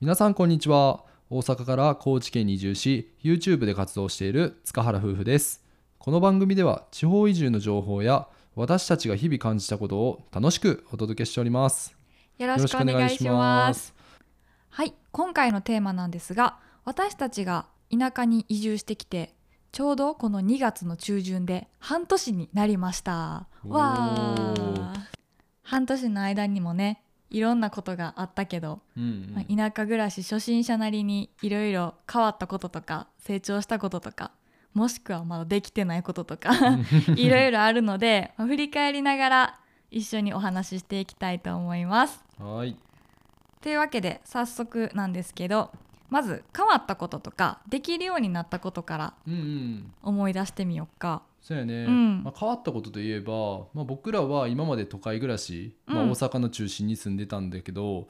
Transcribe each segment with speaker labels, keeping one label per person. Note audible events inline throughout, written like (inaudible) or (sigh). Speaker 1: 皆さんこんにちは大阪から高知県に移住し YouTube で活動している塚原夫婦ですこの番組では地方移住の情報や私たちが日々感じたことを楽しくお届けしております
Speaker 2: よろしくお願いします。はい、今回のテーマなんですが、私たちが田舎に移住してきて、ちょうどこの2月の中旬で半年になりました。
Speaker 1: おー
Speaker 2: わー。半年の間にもね、いろんなことがあったけど、
Speaker 1: うんうん
Speaker 2: まあ田舎暮らし初心者なりにいろいろ変わったこととか成長したこととかもしくはまだできてないこと (laughs) とかいろいろあるので、まあ振り返りながら一緒にお話ししていきたいと思います。
Speaker 1: はい
Speaker 2: というわけで早速なんですけどまず変わったこととかできるようになったことから
Speaker 1: うんうん
Speaker 2: 思い出してみようか。
Speaker 1: そうやね、
Speaker 2: うん
Speaker 1: まあ、変わったことといえば、まあ、僕らは今まで都会暮らし、まあ、
Speaker 2: うん
Speaker 1: 大阪の中心に住んでたんだけど、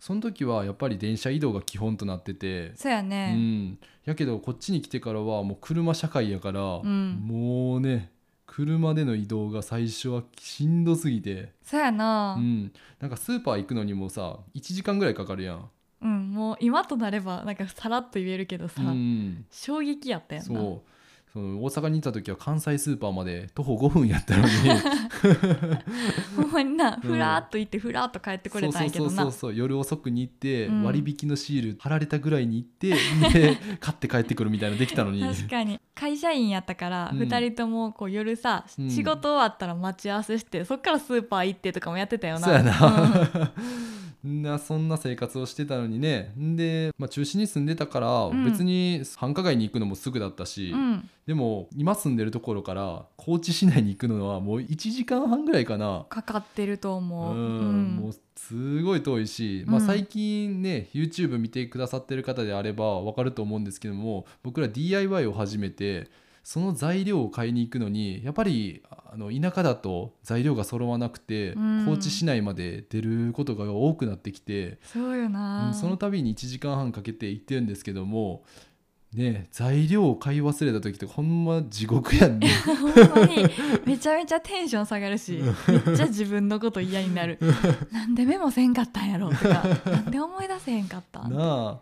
Speaker 1: その時はやっぱり電車移動が基本となってて、
Speaker 2: そうや
Speaker 1: う
Speaker 2: ね、
Speaker 1: ん、やけどこっちに来てからはもう車社会やから、
Speaker 2: ん
Speaker 1: もうね車での移動が最初はしんどすぎて、
Speaker 2: そうや
Speaker 1: う
Speaker 2: な、
Speaker 1: ん、なんかスーパー行くのにもさ1時間ぐらいかかるやん。
Speaker 2: うんもう今となればなんかさらっと言えるけどさ、
Speaker 1: うん
Speaker 2: 衝撃やったやんな。
Speaker 1: そうその大阪にいた時は関西スーパーまで徒歩5分や
Speaker 2: (laughs)
Speaker 1: ったのに
Speaker 2: ほんまにな、ふらーっと行ってふらーっと帰ってこれたんやけ
Speaker 1: そ
Speaker 2: ど
Speaker 1: うそうそ
Speaker 2: な
Speaker 1: うそう夜遅くに行って、
Speaker 2: うん
Speaker 1: 割引のシール貼られたぐらいに行って
Speaker 2: (laughs)
Speaker 1: で買って帰ってくるみたいなできたのに
Speaker 2: 確かに会社員やったから
Speaker 1: うん
Speaker 2: 2人ともこう夜さ、
Speaker 1: うん
Speaker 2: 仕事終わったら待ち合わせしてそっからスーパー行ってとかもやってたよな
Speaker 1: そうや
Speaker 2: うん
Speaker 1: な。 (laughs) なそんな生活をしてたのにねで、まあ、中心に住んでたから
Speaker 2: ん
Speaker 1: 別に繁華街に行くのもすぐだったし、
Speaker 2: うん、
Speaker 1: でも今住んでるところから高知市内に行くのはもう1時間半ぐらいかな
Speaker 2: かかってると思
Speaker 1: う
Speaker 2: う。
Speaker 1: ん
Speaker 2: うん
Speaker 1: もうすごい遠いし、まあ、
Speaker 2: うん
Speaker 1: 最近ね YouTube 見てくださってる方であればわかると思うんですけども僕ら DIY を始めてその材料を買いに行くのにやっぱりあの田舎だと材料が揃わなくて、
Speaker 2: うん
Speaker 1: 高知市内まで出ることが多くなってきて、
Speaker 2: そうよ
Speaker 1: う、
Speaker 2: なん
Speaker 1: その度に1時間半かけて行ってるんですけども。ね、材料を買い忘れた時ってほんま地獄やんね
Speaker 2: ほんまにめちゃめちゃテンション下がるしめっちゃ自分のこと嫌に
Speaker 1: (laughs)
Speaker 2: なるなんでメモせんかったんやろとかなんで思い出せへんかったん
Speaker 1: なあ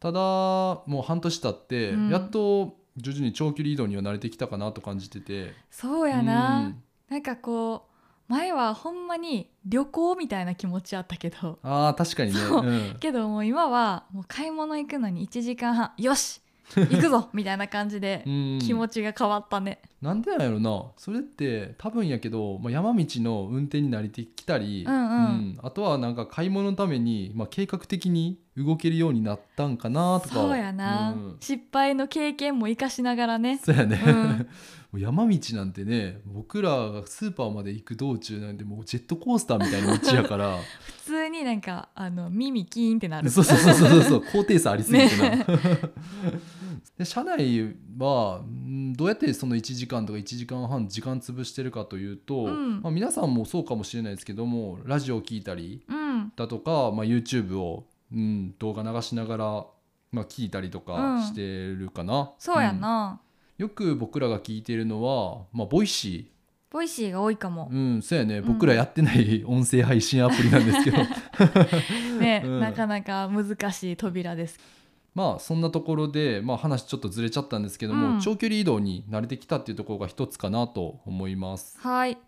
Speaker 1: ただもう半年経って、
Speaker 2: うん
Speaker 1: やっと徐々に長距離移動には慣れてきたかなと感じてて
Speaker 2: そうやな、なんかこう前はほんまに旅行みたいな気持ちあったけど
Speaker 1: うんあー確かにね
Speaker 2: そうんけどもう今はもう買い物行くのに1時間半よし行く
Speaker 1: (laughs)
Speaker 2: ぞみたいな感じで (laughs)
Speaker 1: うん
Speaker 2: 気持ちが変わったね、
Speaker 1: なんでなんやろなそれって多分やけど、まあ、山道の運転に慣れてきたり、
Speaker 2: うんうん
Speaker 1: あとはなんか買い物のために、まあ、計画的に動けるようになったんかなとか
Speaker 2: そうやな、
Speaker 1: うん
Speaker 2: 失敗の経験も生かしながらね
Speaker 1: そうやね、
Speaker 2: うん
Speaker 1: (laughs) もう山道なんてね僕らがスーパーまで行く道中なんてもうジェットコースターみたいな道やから。
Speaker 2: 普通になんかあの耳キーンってなる
Speaker 1: そうそうそうそう
Speaker 2: (laughs)
Speaker 1: そう高低差ありすぎてな、 (laughs) で社内はうんどうやってその1時間とか1時間半時間潰してるかというと、
Speaker 2: うん
Speaker 1: まあ、皆さんもそうかもしれないですけどもラジオを聞いたり
Speaker 2: うん、
Speaker 1: だとか、まあ、YouTube を、うん、動画流しながら、まあ、聞いたりと
Speaker 2: う
Speaker 1: か
Speaker 2: ん
Speaker 1: してるかな、
Speaker 2: そうや
Speaker 1: うん
Speaker 2: な、
Speaker 1: よく僕らが聞いてるのは、まあ、ボイシ
Speaker 2: ボイシーが多いかも
Speaker 1: ー、う、ん、そうやね
Speaker 2: ん
Speaker 1: 僕らやってない音声配信アプリなんですけど
Speaker 2: ね、
Speaker 1: うん
Speaker 2: なかなか難しい扉です。
Speaker 1: まあそんなところで、まあ、話ちょっとずれちゃったんですけども、
Speaker 2: うん
Speaker 1: 長距離移動に慣れてきたっていうところが一つかなと思います。
Speaker 2: はい、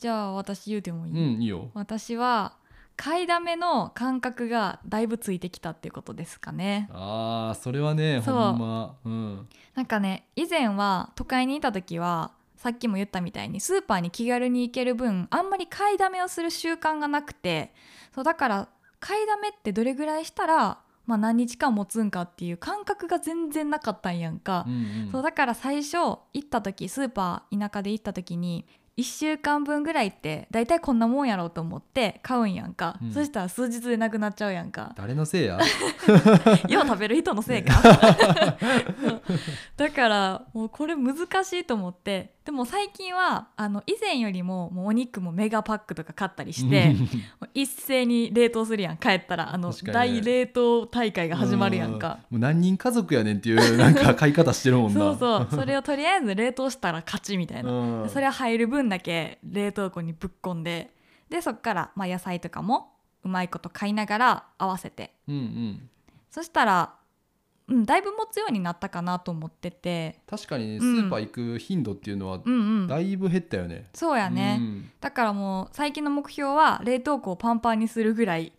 Speaker 2: じゃあ私言うてもいい、
Speaker 1: うん、いいよ。
Speaker 2: 私は買いだめの感覚がだいぶついてきたっていうことですかね。
Speaker 1: あーそれはねほ
Speaker 2: そうん
Speaker 1: ま、うん、
Speaker 2: なんかね、以前は都会にいた時は。さっきも言ったみたいにスーパーに気軽に行ける分あんまり買いだめをする習慣がなくてそうだから買いだめってどれぐらいしたら、まあ、何日間持つんかっていう感覚が全然なかったんやんか、
Speaker 1: うんうん
Speaker 2: そうだから最初行った時スーパー田舎で行った時に1週間分ぐらいって大体こんなもんやろうと思って買うんやんか、
Speaker 1: うん
Speaker 2: そしたら数日でなくなっちゃうやん
Speaker 1: (laughs)
Speaker 2: か
Speaker 1: 誰のせいや
Speaker 2: よう食べる人のせい
Speaker 1: (laughs)
Speaker 2: かそうだからもうこれ難しいと思ってでも最近はあの以前よりももうお肉もメガパックとか買ったりしてもう一斉に冷凍するやん帰ったらあの、
Speaker 1: 確かにね
Speaker 2: 大冷凍大会が始まるやんか。
Speaker 1: (laughs) うもう何人家族やねんっていうなんか買い方してるもんな
Speaker 2: そうそうそれをとりあえず冷凍したら勝ちみたいな、
Speaker 1: うん、
Speaker 2: それは入る分だけ冷凍庫にぶっ込んででそっからまあ野菜とかもうまいこと買いながら合わせて
Speaker 1: うんうん
Speaker 2: そしたら、うん、だいぶ持つようになったかなと思ってて
Speaker 1: 確かにね
Speaker 2: ん
Speaker 1: スーパー行く頻度っていうのは
Speaker 2: うんう
Speaker 1: だ
Speaker 2: ん
Speaker 1: いぶ減ったよね、
Speaker 2: そうやね、
Speaker 1: うん
Speaker 2: だからもう最近の目標は冷凍庫をパンパンにするぐらい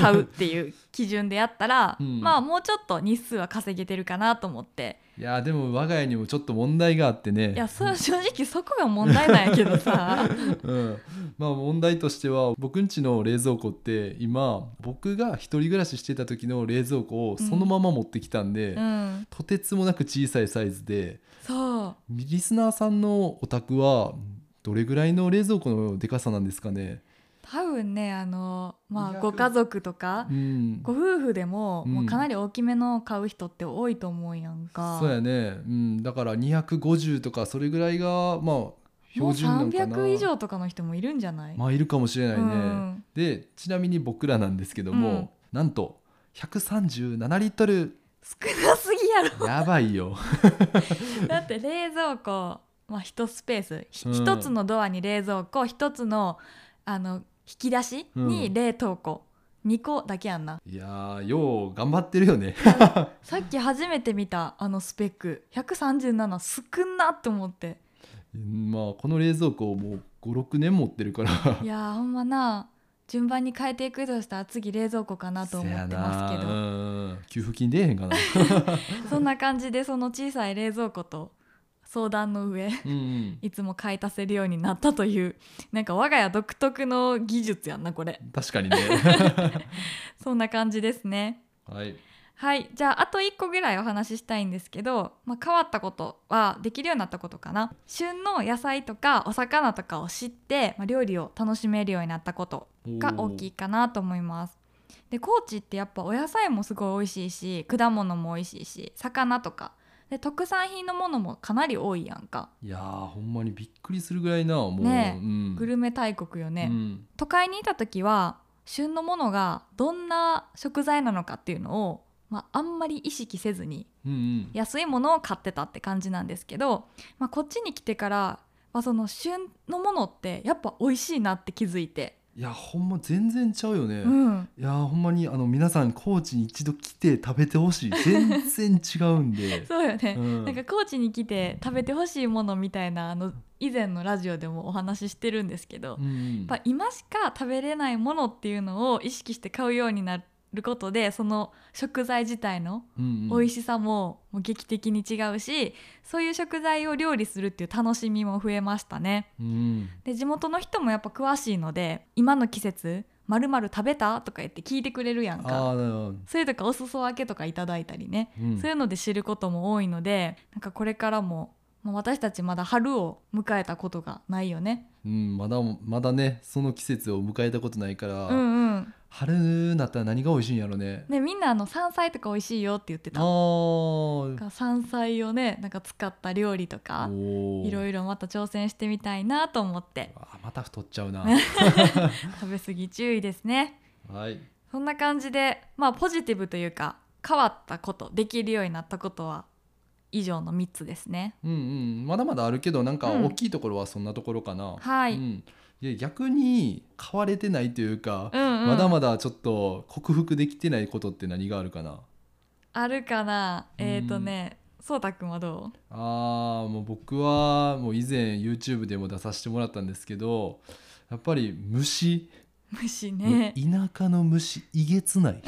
Speaker 2: 買うっ
Speaker 1: (laughs)
Speaker 2: ていう基準でやったら、
Speaker 1: うん
Speaker 2: まあもうちょっと日数は稼げてるかなと思って
Speaker 1: いやーでも我が家にもちょっと問題があってね
Speaker 2: いやそれは正直そこが問題なんやけどさ
Speaker 1: うん、まあ問題としては僕んちの冷蔵庫って今僕が一人暮らししてた時の冷蔵庫をそのまま持ってきたんで、
Speaker 2: うん
Speaker 1: とてつもなく小さいサイズで
Speaker 2: そう
Speaker 1: リスナーさんのお宅はどれぐらいの冷蔵庫のでかさなんですかね、
Speaker 2: 多分ねあのまあ
Speaker 1: 200
Speaker 2: ご家族とか
Speaker 1: うん、
Speaker 2: ご夫婦でも,、
Speaker 1: うん
Speaker 2: もうかなり大きめのを買う人って多いと思うやんか
Speaker 1: そうやね、うん、だから250とかそれぐらいがまあ
Speaker 2: もう
Speaker 1: 標準なんかな
Speaker 2: 300以上とかの人もいるんじゃない、
Speaker 1: まあいるかもしれないね、
Speaker 2: うん
Speaker 1: でちなみに僕らなんですけども、
Speaker 2: うん
Speaker 1: なんと137リットル
Speaker 2: 少なすぎやろ
Speaker 1: やばいよ
Speaker 2: だって (laughs) 冷蔵庫、まあ、1スペースひ
Speaker 1: うん
Speaker 2: 一、つのドアに冷蔵庫一つのあの引き出し
Speaker 1: う
Speaker 2: に
Speaker 1: ん
Speaker 2: 冷凍庫、2個だけやんない
Speaker 1: やーよう頑張ってるよね (laughs)
Speaker 2: さっき初めて見たあのスペック137少んなって思って
Speaker 1: うんまあこの冷蔵庫をもう56年持ってるから
Speaker 2: いやーほんまな順番に変えていくとしたら次冷蔵庫かなと思ってますけ
Speaker 1: せやな
Speaker 2: ど
Speaker 1: うん給付金出えへんか
Speaker 2: (laughs)
Speaker 1: な
Speaker 2: そんな感じでその小さい冷蔵庫と相談の上 (laughs)
Speaker 1: うん、うん
Speaker 2: いつも買い足せるようになったというなんか我が家独特の技術やんなこれ
Speaker 1: 確
Speaker 2: (laughs)
Speaker 1: かにね
Speaker 2: そんな感じですね
Speaker 1: はい
Speaker 2: はいじゃああと1個ぐらいお話ししたいんですけど、まあ、変わったことはできるようになったことかな旬の野菜とかお魚とかを知って、まあ、料理を楽しめるようになったことが大きいかなと思いますで高知ってやっぱお野菜もすごい美味しいし果物も美味しいし魚とかで特産品のものもかなり多いやんか
Speaker 1: いやーほんまにびっくりするぐらいなもう、
Speaker 2: ねえ
Speaker 1: うん、
Speaker 2: グルメ大国よね、
Speaker 1: うん
Speaker 2: 都会にいた時は旬のものがどんな食材なのかっていうのを、まあ、あんまり意識せずに
Speaker 1: うんうん
Speaker 2: 安いものを買ってたって感じなんですけど、まあ、こっちに来てから、まあ、その旬のものってやっぱ美味しいなって気づいて、
Speaker 1: いやほんま全然ちゃうよね、
Speaker 2: うん、
Speaker 1: いやーほんまにあの皆さん高知に一度来て食べてほしい全然違うんで
Speaker 2: (laughs) そうよね、
Speaker 1: うん
Speaker 2: なんか高知に来て食べてほしいものみたいなあの以前のラジオでもお話ししてるんですけど、
Speaker 1: うんうん
Speaker 2: やっぱ今しか食べれないものっていうのを意識して買うようになることでその食材自体の
Speaker 1: うん
Speaker 2: 美
Speaker 1: うん
Speaker 2: 味しさももう劇的に違うしそういう食材を料理するっていう楽しみも増えましたね。
Speaker 1: うん
Speaker 2: で地元の人もやっぱ詳しいので今の季節まるまる食べたとか言って聞いてくれるやんか
Speaker 1: あー
Speaker 2: そういうとかお裾分けとかいただいたりね、
Speaker 1: うん
Speaker 2: そういうので知ることも多いのでなんかこれからも、まあ私たちまだ春を迎えたことがないよね
Speaker 1: うん、まだまだねその季節を迎えたことないから、
Speaker 2: うんうん
Speaker 1: 春になったら何が美味しいんやろね
Speaker 2: でみんなあの山菜とか美味しいよって言って
Speaker 1: あ
Speaker 2: た
Speaker 1: ー
Speaker 2: なんか山菜をねなんか使った料理とか
Speaker 1: お
Speaker 2: いろ
Speaker 1: い
Speaker 2: いろまた挑戦してみたいなと思って
Speaker 1: ろまた太っちゃうな
Speaker 2: 食べ過ぎ注意ですね
Speaker 1: はい
Speaker 2: そんな感じでまあポジティブというか変わったことできるようになったことは以上の3つですね
Speaker 1: うんうんまだまだあるけどなんか
Speaker 2: うん
Speaker 1: 大きいところはそんなところかな、
Speaker 2: はい、
Speaker 1: う
Speaker 2: うん
Speaker 1: ん、いや逆に買われてないというか、
Speaker 2: うん
Speaker 1: まだまだちょっと克服できてないことって何があるかな
Speaker 2: あるかな
Speaker 1: うん
Speaker 2: えっ、ー、とねそうたくんはど
Speaker 1: あーもう僕はもう以前 YouTube でも出させてもらったんですけどやっぱり虫、
Speaker 2: う虫ね
Speaker 1: もう田舎の虫いげつない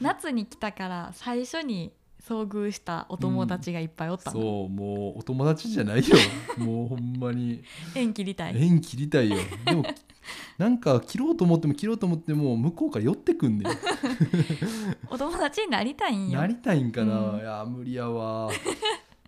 Speaker 2: 夏に来たから最初に遭遇したお友達がいっぱいおった
Speaker 1: (laughs)
Speaker 2: の、
Speaker 1: そうもうお友達じゃ (laughs) ないよもうほんまに
Speaker 2: 縁切りたい
Speaker 1: 縁切りたいよでもなんか切ろうと思っても切ろうと思っても向こうから寄ってくんねん
Speaker 2: お友達になりたいんよ
Speaker 1: なりたいんかな、
Speaker 2: うん
Speaker 1: いや無理やわ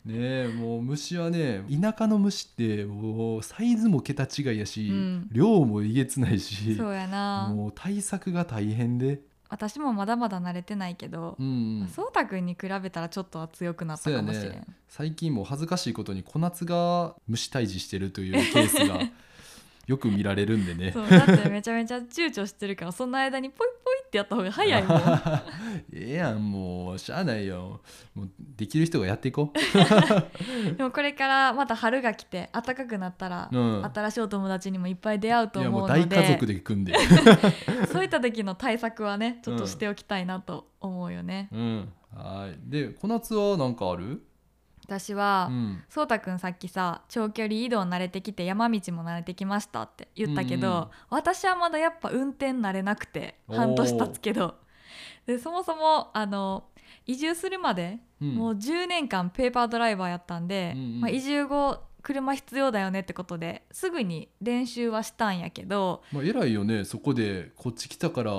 Speaker 1: ねえもう虫はね田舎の虫ってもうサイズも桁違いやし、
Speaker 2: うん
Speaker 1: 量もえげつないし
Speaker 2: そうやな
Speaker 1: もう対策が大変で、
Speaker 2: 私もまだまだ慣れてないけど
Speaker 1: うんうん
Speaker 2: そうたくんに比べたらちょっとは強くなったかもしれ、
Speaker 1: そうんやね最近もう恥ずかしいことに小夏が虫退治してるというケー
Speaker 2: (laughs)
Speaker 1: スがよく見られるんでね
Speaker 2: そうだってめちゃめちゃ躊躇してるからその間にポイポイっってやった方が早いもん
Speaker 1: (laughs) ええやんもうしゃあないよもうできる人がやっていこ
Speaker 2: でもこれからまた春が来て暖かくなったら、
Speaker 1: う、うん、
Speaker 2: 新しいお友達にもいっぱい出会うと
Speaker 1: いや
Speaker 2: 思
Speaker 1: も
Speaker 2: う
Speaker 1: う
Speaker 2: ので
Speaker 1: 大家族で組んで
Speaker 2: そういった時の対策はねちょっとしておきたいなと思うよね、
Speaker 1: うんはいで小夏は何かある
Speaker 2: 私は、
Speaker 1: うん
Speaker 2: そうたくんさっきさ長距離移動慣れてきて山道も慣れてきましたって言ったけど、
Speaker 1: うんうん
Speaker 2: 私はまだやっぱ運転慣れなくて
Speaker 1: おー
Speaker 2: 半年経つけどでそもそもあの移住するまで、
Speaker 1: うん
Speaker 2: もう10年間ペーパードライバーやったんで、
Speaker 1: うんうん
Speaker 2: まあ、移住後車必要だよねってことですぐに練習はしたんやけど、
Speaker 1: まあ、偉いよねそこでこっち来たか
Speaker 2: う
Speaker 1: ら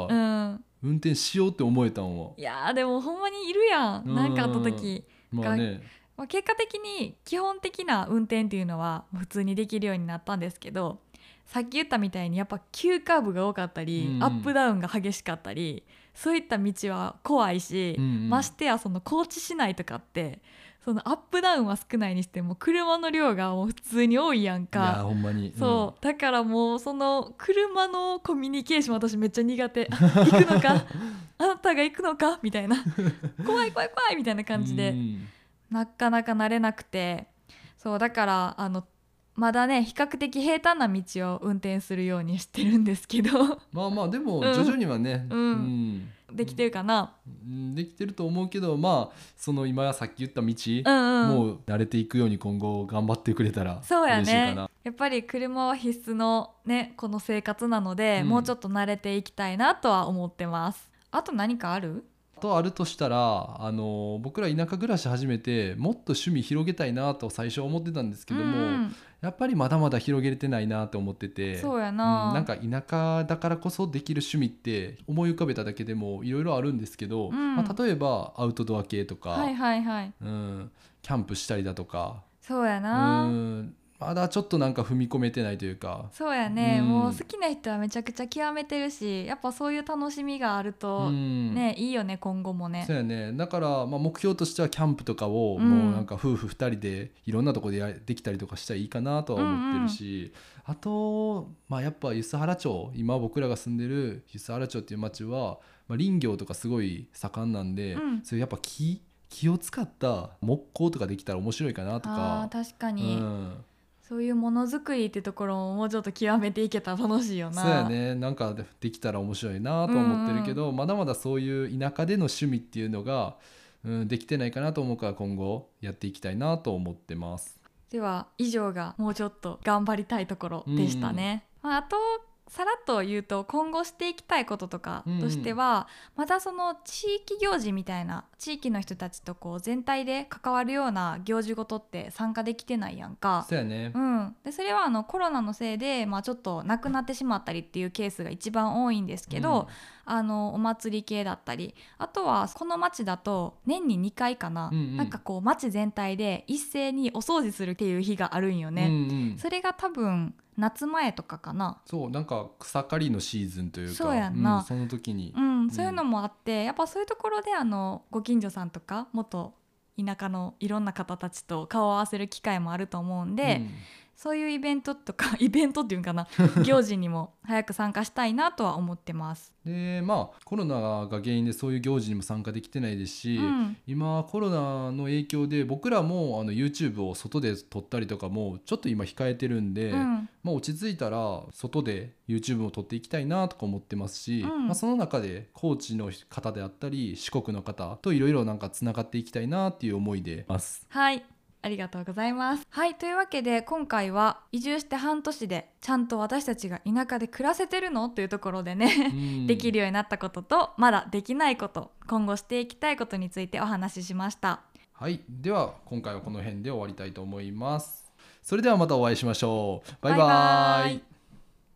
Speaker 2: ん、
Speaker 1: 運転しようって思えたんは、
Speaker 2: いやーでもほんまにいるやんなんかあった時。
Speaker 1: まあね
Speaker 2: まあ、結果的に基本的な運転っていうのは普通にできるようになったんですけどさっき言ったみたいにやっぱ急カーブが多かったり、
Speaker 1: うん
Speaker 2: アップダウンが激しかったりそういった道は怖いし、
Speaker 1: うんうん
Speaker 2: ましてやその高知市内とかってそのアップダウンは少ないにしても車の量がもう普通に多いやん
Speaker 1: いや
Speaker 2: か。
Speaker 1: ほんまに
Speaker 2: そうだからもうその車のコミュニケーション私めっちゃ
Speaker 1: (laughs)
Speaker 2: 苦手あ行くのかあなたが行くのかみたいな怖い怖い怖いみたいな
Speaker 1: うん
Speaker 2: 感じで
Speaker 1: うん
Speaker 2: なかなか慣れなくてそうだからあのまだね比較的平坦な道を運転するようにしてるんですけど
Speaker 1: まあまあでも
Speaker 2: うん
Speaker 1: 徐々にはね、
Speaker 2: うんできてるかな、
Speaker 1: うんできてると思うけどまあその今さっき言った
Speaker 2: う
Speaker 1: 道、
Speaker 2: ん、うん
Speaker 1: もう慣れていくように今後頑張ってくれたら
Speaker 2: そうや
Speaker 1: 嬉しいか
Speaker 2: ね
Speaker 1: な。
Speaker 2: やっぱり車は必須のねこの生活なので、
Speaker 1: うん
Speaker 2: もうちょっと慣れていきたいなとは思ってますあと何かある
Speaker 1: とあるとしたらあの僕ら田舎暮らし始めてもっと趣味広げたいなと最初思ってたんですけども、
Speaker 2: うん
Speaker 1: やっぱりまだまだ広げれてないなと思って
Speaker 2: うん
Speaker 1: て
Speaker 2: そうやな,、
Speaker 1: うんなんか田舎だからこそできる趣味って思い浮かべただけでもいろいろあるんですけど、
Speaker 2: うん
Speaker 1: まあ、例えばアウトドア系とか、
Speaker 2: はいはいはい
Speaker 1: うん、キャンプしたりだとか
Speaker 2: そうや
Speaker 1: う
Speaker 2: な、
Speaker 1: んまだちょっとなんか踏み込めてないというか、
Speaker 2: そうやね、
Speaker 1: うん
Speaker 2: もう好きな人はめちゃくちゃ極めてるしやっぱそういう楽しみがあると、
Speaker 1: うん
Speaker 2: ねいいよね今後もね
Speaker 1: そうやねだから、まあ、目標としてはキャンプとかを、
Speaker 2: うん
Speaker 1: もうなんか夫婦2人でいろんなとこでやできたりとかしたらいいかなとは思ってるし、あと、まあ、やっぱ梼原町今僕らが住んでる梼原町っていう町は、まあ、林業とかすごい盛んなんで、
Speaker 2: うん
Speaker 1: そういうやっぱ木木を使った木工とかできたら面白いかなと
Speaker 2: あ
Speaker 1: か
Speaker 2: ー。確か
Speaker 1: う
Speaker 2: に、
Speaker 1: ん、
Speaker 2: そういうものづくりってところももうちょっと極めていけたら楽しいよな
Speaker 1: そうやねなんかできたら面白いなとは思ってるけど、まだまだそういう田舎での趣味っていうのが、うん、できてないかなと思うから今後やっていきたいなと思ってます。
Speaker 2: では以上がもうちょっと頑張りたいところでしたね、まあ、あとさらっと言うと今後していきたいこととかとしては、またその地域行事みたいな地域の人たちとこう全体で関わるような行事ごとって参加できてないやんか。
Speaker 1: そうやね、
Speaker 2: うん、でそれはあのコロナのせいで、まあ、ちょっとなくなってしまったりっていうケースが一番多いんですけど、あのお祭り系だったりあとはこの町だと年に2回かな、
Speaker 1: うんうん
Speaker 2: なんかこう町全体で一斉にお掃除するっていう日があるんよ
Speaker 1: うん、う
Speaker 2: ね、
Speaker 1: んうん
Speaker 2: それが多分夏前とかかな
Speaker 1: そうなんか草刈りのシーズンというか
Speaker 2: そうやんな
Speaker 1: うんその時に、
Speaker 2: うん、そういうのもあってやっぱそういうところであのご近所さんとか元田舎のいろんな方たちと顔を合わせる機会もあると思うんで、
Speaker 1: うん
Speaker 2: そういうイベントとか (laughs) イベントっていうんかな行事にも早く参加したいなとは思ってます。
Speaker 1: でまあコロナが原因でそういう行事にも参加できてないですし、
Speaker 2: うん
Speaker 1: 今コロナの影響で僕らもあの YouTube を外で撮ったりとかもちょっと今控えてるんで、
Speaker 2: うん
Speaker 1: まあ、落ち着いたら外で YouTube を撮っていきたいなとか思ってますし、
Speaker 2: うん
Speaker 1: まあ、その中で高知の方であったり四国の方といろいろなんかつながっていきたいなっていう思いでます。
Speaker 2: はい。ありがとうございます。はい。というわけで、今回は移住して半年で、ちゃんと私たちが田舎で暮らせてるのというところでね、でき
Speaker 1: る
Speaker 2: るようになったことと、まだできないこと、今後していきたいことについてお話ししました。
Speaker 1: はい、では今回はこの辺で終わりたいと思います。それではまたお会いしましょう。バイバ
Speaker 2: バイバ
Speaker 1: イ
Speaker 2: イ